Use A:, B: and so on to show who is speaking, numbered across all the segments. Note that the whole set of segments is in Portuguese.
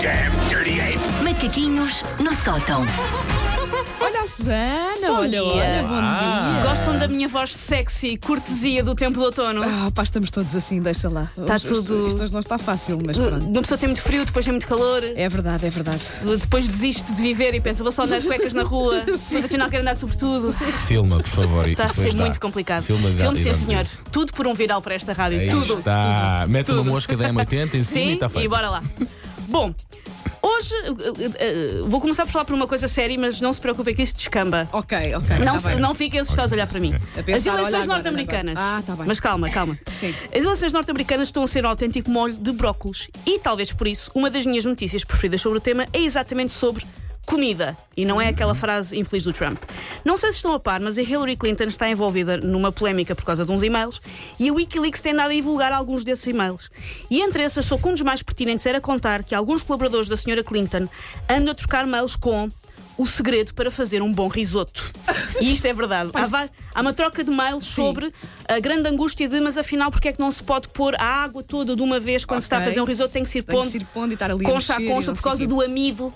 A: damn dirty ape!
B: Macaquinhos no sótão.
C: Olha a Susana, olha,
D: dia.
C: olha, bom dia.
D: Gostam da minha voz sexy, cortesia do tempo de outono?
C: Ah, pá, estamos todos assim, deixa lá.
D: Tá
C: Hoje- hoje-
D: tudo-
C: Isto hoje não está fácil, mas pronto.
D: Uma pessoa tem muito frio, depois tem muito calor,
C: É verdade, é verdade.
D: depois desiste de viver e pensa, vou só andar de cuecas na rua, mas afinal quero andar sobretudo.
E: Filma, por favor.
D: Está Tá a ser muito complicado. Filme, sim, senhor. Tudo por um viral para esta rádio. tudo.
E: está. Mete uma mosca da M80 em cima e
D: Sim,
E: está
D: e
E: feito.
D: bora lá. Bom, hoje uh, uh, uh, vou começar por falar por uma coisa séria, mas não se preocupem que isto descamba.
C: Ok, ok.
D: Não,
C: tá
D: se-
C: bem.
D: não fiquem assustados a olhar para mim.
C: A pensar,
D: As
C: olha
D: eleições
C: agora,
D: norte-americanas.
C: olha agora. Ah, tá bem.
D: Mas calma, calma.
C: Sim.
D: As eleições norte-americanas estão a ser um autêntico molho de brócolos. E talvez por isso, uma das minhas notícias preferidas sobre o tema é exatamente sobre comida. E não é aquela frase infeliz do Trump. Não sei se estão a par, mas a Hillary Clinton está envolvida numa polémica por causa de uns e-mails e a Wikileaks tem andado a divulgar alguns desses e-mails. E entre esses, só que um dos mais pertinentes era contar que alguns colaboradores da Sra. Clinton andam a trocar mails com o segredo para fazer um bom risoto. E isto é verdade. Há, va- há uma troca de mails sobre a grande angústia de, mas afinal, porque é que não se pode pôr a água toda de uma vez quando se está a
C: Ok.
D: fazer um risoto? Tem que se ir
C: Tem que
D: pondo
C: se ir pondo e estar ali a
D: concha a
C: mexer e
D: concha
C: não
D: por
C: sei
D: causa
C: quê. Uhum,
D: do amido.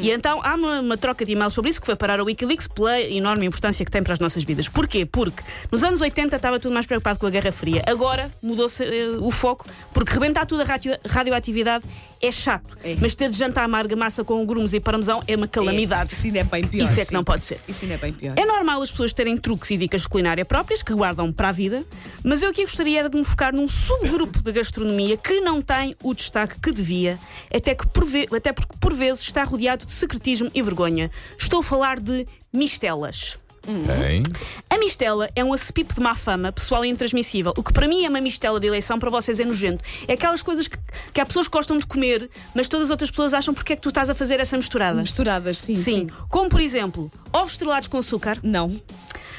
D: E então há uma, uma troca de e-mails sobre isso que foi parar ao Wikileaks pela enorme importância que tem para as nossas vidas. Porquê? Porque nos anos 80 estava tudo mais preocupado com a Guerra Fria. Agora mudou-se eh, o foco porque rebentar toda a ratio- radioatividade é chato.
C: É.
D: Mas ter de jantar amarga massa com grumos e parmesão é uma calamidade.
C: É, isso ainda é bem pior.
D: Isso é que
C: sim.
D: não pode ser.
C: Isso ainda é bem pior.
D: É normal as pessoas terem truques e dicas de culinária próprias que guardam para a vida, mas eu aqui gostaria era de me focar num subgrupo de gastronomia que não tem o destaque que devia, até, que por ve- até porque por vezes está rodeado de secretismo e vergonha. Estou a falar de mistelas.
E: Bem,
D: A mistela é um acepipe de má fama, pessoal e intransmissível. O que para mim é uma mistela de eleição, para vocês é nojento. É aquelas coisas que, que há pessoas que gostam de comer, mas todas as outras pessoas acham porque é que tu estás a fazer essa misturada.
C: Misturadas, sim,
D: Sim,
C: sim.
D: como por exemplo, ovos estrelados com açúcar,
C: Não.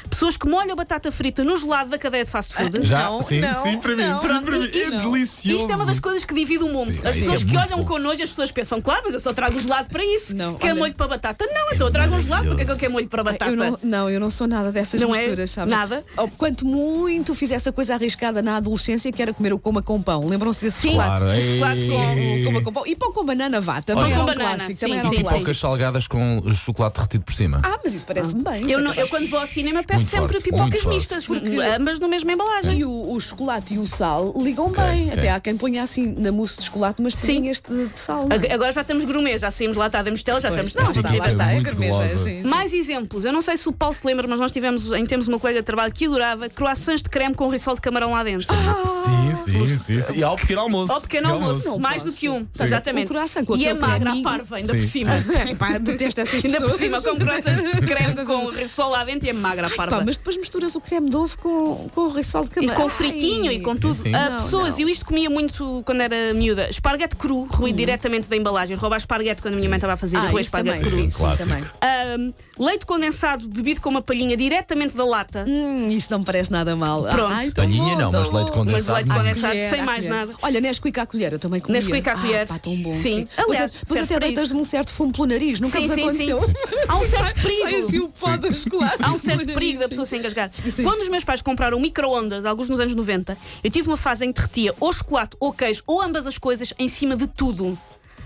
D: Pessoas que molham batata frita no gelado da cadeia de fast food.
E: Ah, já,
C: Não,
E: sim,
C: não,
E: sim, para mim,
C: não.
E: sim, para mim. É
C: Isto-
E: delicioso.
D: Isto é uma das coisas que divide o mundo.
E: Sim,
D: as
E: isso
D: pessoas
E: é
D: que
E: muito
D: olham
E: bom.
D: connosco, as pessoas pensam, claro, mas eu só trago gelado para isso.
C: Não,
D: quer
C: olha-
D: molho para batata? Não, então eu trago um gelado, porque é que eu quero molho para batata?
C: Eu não, não, eu não sou nada dessas
D: Não é?
C: misturas, sabes?
D: Nada?
C: Oh, Quanto muito fiz essa coisa arriscada na adolescência que era comer o coma com pão. Lembram-se desse
D: Sim,
C: chocolate?
E: Claro,
C: O
D: chocolate
E: ei.
C: coma com pão. E pão com banana vá, também
E: Olha,
C: era um
E: Pão
D: com banana,
C: clássico.
D: sim,
C: também era um
D: sim, sim.
C: clássico.
E: Pipocas salgadas com chocolate retido por cima.
C: Ah, mas isso parece-me bem.
D: Eu,
C: Isso
D: não-
C: é
D: eu quando vou ao cinema peço
E: Muito
D: sempre
E: forte,
D: pipocas
E: muito forte.
D: mistas, porque
C: Porque-
D: ambas na mesma embalagem.
C: E o, o chocolate e o sal ligam bem.
E: É. ok.
C: Até há quem ponha assim na mousse de chocolate umas
D: Sim.
C: pedrinhas de, de sal. não é?
D: Ag- Agora já estamos gourmet, já saímos lá, está da mistela, já
C: Pois,
D: estamos.
C: lá
D: Não,
C: está,
D: tem que
C: lá
D: ser
C: está, é
E: muito
C: cremeja,
E: gulosa.
C: sim.
D: Mais exemplos. Eu não sei se o Paulo se lembra, mas nós tivemos, em termos uma colega de trabalho que adorava croissants de creme com risol de camarão lá dentro.
E: Ah, Sim, sim, sim, sim. E ao pequeno almoço.
D: Ah, Ao pequeno
E: E
D: almoço,
C: almoço.
D: mais do
C: Não
D: que um.
C: posso.
D: Exatamente.
C: Um croissant com
D: e é
C: aquele
D: magra à
C: creminho.
D: parva, ainda por
E: Sim,
D: cima.
C: Epá, detesto essas
D: Ainda por
C: pessoas.
D: cima, com croissants de creme com rissol lá dentro e é magra à
C: Ai, pá,
D: parva.
C: mas depois misturas o creme de ovo com, com o rissol de
D: E
C: camarão.
D: com fritinho
C: Ai.
D: e com tudo.
E: sim.
D: Ah,
C: Não,
D: pessoas,
C: não. Hum.
D: eu isto comia muito quando era miúda. Esparguete cru, ruí diretamente da embalagem. Roubar esparguete quando a minha mãe estava a fazer
C: Ah,
D: arroz
C: isso também,
D: esparguete
C: sim,
D: cru.
C: sim,
E: Clássico.
C: também.
D: Ahm, leite condensado bebido com uma palhinha diretamente da lata.
C: Hum, isso não me parece nada mal. Ah,
D: Pronto.
C: Ai, tão
E: Palhinha
C: bom,
E: não, mas
C: tão
E: leite
C: bom.
D: Mas
E: condensado.
D: leite
E: não.
D: condensado.
C: colher,
D: sem
C: à
D: mais
C: colher.
D: nada.
C: Olha, Nesquik à colher, eu também comia.
D: Nesquik à colher.
C: Ah, pá, tão bom.
D: Sim.
C: Depois,
D: Aliás,
C: depois
D: serve
C: até
D: para
C: deitas
D: isso.
C: de um certo fumo pelo nariz. Nunca
D: Sim,
C: vos
D: sim, sim.
C: aconteceu.
D: Há um certo
C: Sai
D: perigo.
C: assim o pó da chocolate.
D: Há um certo perigo da pessoa se engasgar.
C: Sim.
D: Quando os meus pais compraram um micro-ondas, alguns nos anos 90, eu tive uma fase em que derretia ou chocolate ou queijo ou ambas as coisas em cima de tudo.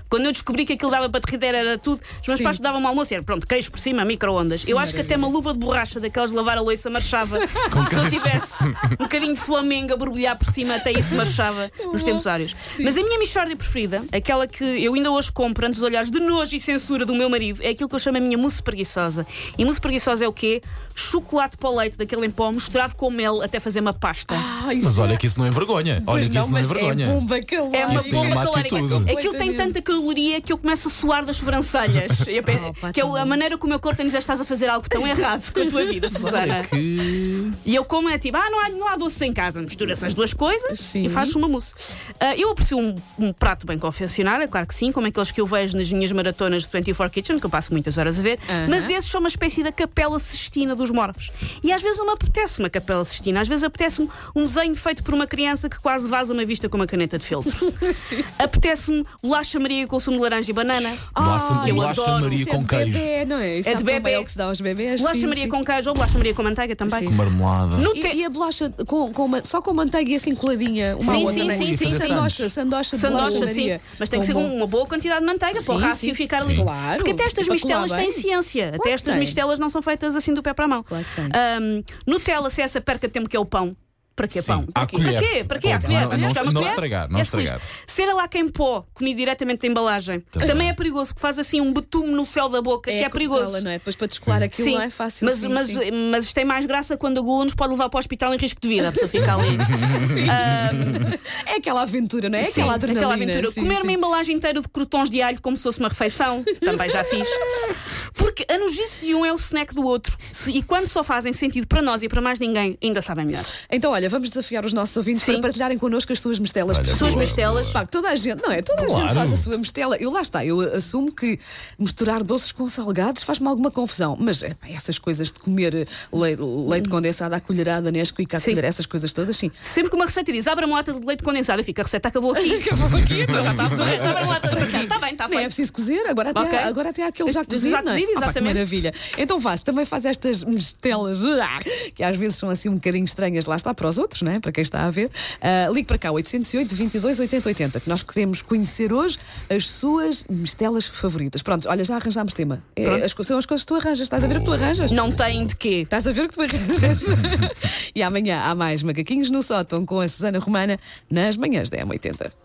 D: Quando eu descobri que aquilo dava para derreter era tudo, os meus
C: Sim.
D: pais davam-me um almoço e era pronto, queijo por cima, micro-ondas. Eu acho que até uma luva de borracha daquelas de lavar a louça marchava. Se eu tivesse um bocadinho de flamengo a borbulhar por cima, até isso marchava nos tempos áreos. Mas a minha mixórdia preferida, aquela que eu ainda hoje compro ante os olhares de nojo e censura do meu marido, é aquilo que eu chamo a minha mousse preguiçosa. E mousse preguiçosa é o quê? Chocolate para o leite daquele em pó misturado com mel até fazer uma pasta.
C: Ai,
E: Mas
C: isso
E: olha
C: é-
E: que isso não é vergonha.
C: Pois
E: Olha que isso não é
C: mas
E: vergonha.
C: bomba calórica.
D: É uma
E: Isso tem
D: bomba
E: uma
D: calórica.
E: atitude.
D: Aquilo tem tanta caloria que eu começo a suar das sobrancelhas. Eu pe-
C: Ah, pá,
D: que é
C: tá bom.
D: a maneira como o meu corpo diz: estás a fazer algo tão errado com a tua vida, Susana.
E: é Que...
D: E eu como é tipo, ah, não há, não há doces em casa. Mistura-se as duas coisas
C: Sim.
D: e faz uma mousse. Ah, eu aprecio um, um prato bem confeccionado, é claro que sim, como aqueles que eu vejo nas minhas maratonas de 24 Kitchen, que eu passo muitas horas a ver,
C: Aham.
D: mas esses são uma espécie da capela cestina dos morvos. E às vezes não me apetece uma capela cestina, às vezes apetece-me um desenho feito por uma criança que quase vaza uma vista com uma caneta de feltro. Apetece-me bolacha Maria o consumo de laranja e banana.
E: Bolacha,
C: Ah, eu
E: bolacha
D: adoro. um
E: Maria
C: Isso é
E: com
C: de
E: queijo.
C: bebê, não é? Isso
D: É
C: é
D: de
C: de
D: bebê.
C: bebê. que se dá aos bebês.
D: Bolacha
C: sim,
D: Maria
C: sim.
D: com queijo ou bolacha Maria com manteiga também.
C: Sim.
E: Marmelada.
D: No te-
C: E, e a bolacha com, com ma- só com manteiga e assim coladinha, uma à
D: Sim,
C: outra,
D: sim,
C: não é?
D: sim, sim, sim.
C: Sandocha, sandocha de bolacha
D: Sandocha, sim.
C: Maria.
D: Mas tem que ser
C: Tão
D: com um
C: bom.
D: uma boa quantidade de manteiga para o
C: Sim,
D: rácio
C: sim.
D: ficar ali.
C: Claro.
D: Porque até estas
C: Para
D: mistelas
C: colar
D: têm
C: bem.
D: ciência.
C: Claro
D: até
C: que
D: estas
C: tem.
D: mistelas não são feitas assim do pé para a mão.
C: Claro que tem.
D: Ahm, Nutella, se essa perca de tempo que é o pão. Para quê
E: Sim,
D: pão?
E: à colher.
D: Para quê? Para quê? À
E: Não-
D: colher?
E: não-
D: Vais
E: não-
D: buscar uma
E: não
D: colher?
E: estragar, não
D: És feliz.
E: estragar. Tá
D: Cera É lá quem pó, comido diretamente da embalagem.
E: Também.
D: Também, é perigoso, porque faz assim um betume no céu da boca, que é
C: com
D: perigoso.
C: cola, não é? Depois para descolar aquilo não é fácil.
D: mas,
C: sim,
D: mas,
C: sim.
D: mas isto tem mais graça quando a gula nos pode levar para o hospital em risco de vida. A pessoa fica ali. Ahm,
C: É aquela aventura, não é? É
D: Sim,
C: aquela adrenalina.
D: aquela aventura.
C: sim,
D: Comer
C: sim.
D: uma embalagem inteira de crotons de alho como se fosse uma refeição, também já fiz. Porque a nojice de um é o snack do outro. Se- E quando só fazem sentido para nós e para mais ninguém, ainda sabem melhor.
C: Então, olha, vamos desafiar os nossos ouvintes
D: Sim.
C: para partilharem connosco as suas mistelas.
E: Olha,
C: As
D: Suas
E: boa,
D: mistelas.
E: boa.
C: Pá, que toda a gente, não é? Toda a
E: Claro.
C: gente faz a sua mistela. Eu lá está, eu assumo que misturar doces com salgados faz-me alguma confusão. Mas eh, pá, essas coisas de comer eh, leite, leite condensado à colherada, nesco e cá
D: Sim.
C: colher, essas coisas todas, sim.
D: Sempre que uma receita diz abra uma lata de leite condensado, eu fico, a receita acabou aqui. acabou aqui, então já está feito. Abra uma lata de leite condensado. Está bem, está
C: Nem é
D: feito.
C: preciso cozer, agora até,
D: Ah, Ok.
C: há, agora até há aquele já
D: Já
C: cozido. não é?
D: cozido,
C: Ah, pá, que
D: exatamente.
C: maravilha. Então vá, se também faz estas mistelas ah, que às vezes são assim um bocadinho estranhas, lá está para os outros, não é? para quem está a ver. Ah, ligue para cá, 808 22 80 80, que nós queremos conhecer hoje as suas mistelas favoritas. Pronto, olha, já arranjámos tema. É, as co- são as coisas que tu arranjas, estás a ver o que tu arranjas?
D: Não tem de quê.
C: Estás a ver o que tu arranjas? e amanhã há mais macaquinhos no sótão com a Susana Romana nas manhãs da M80.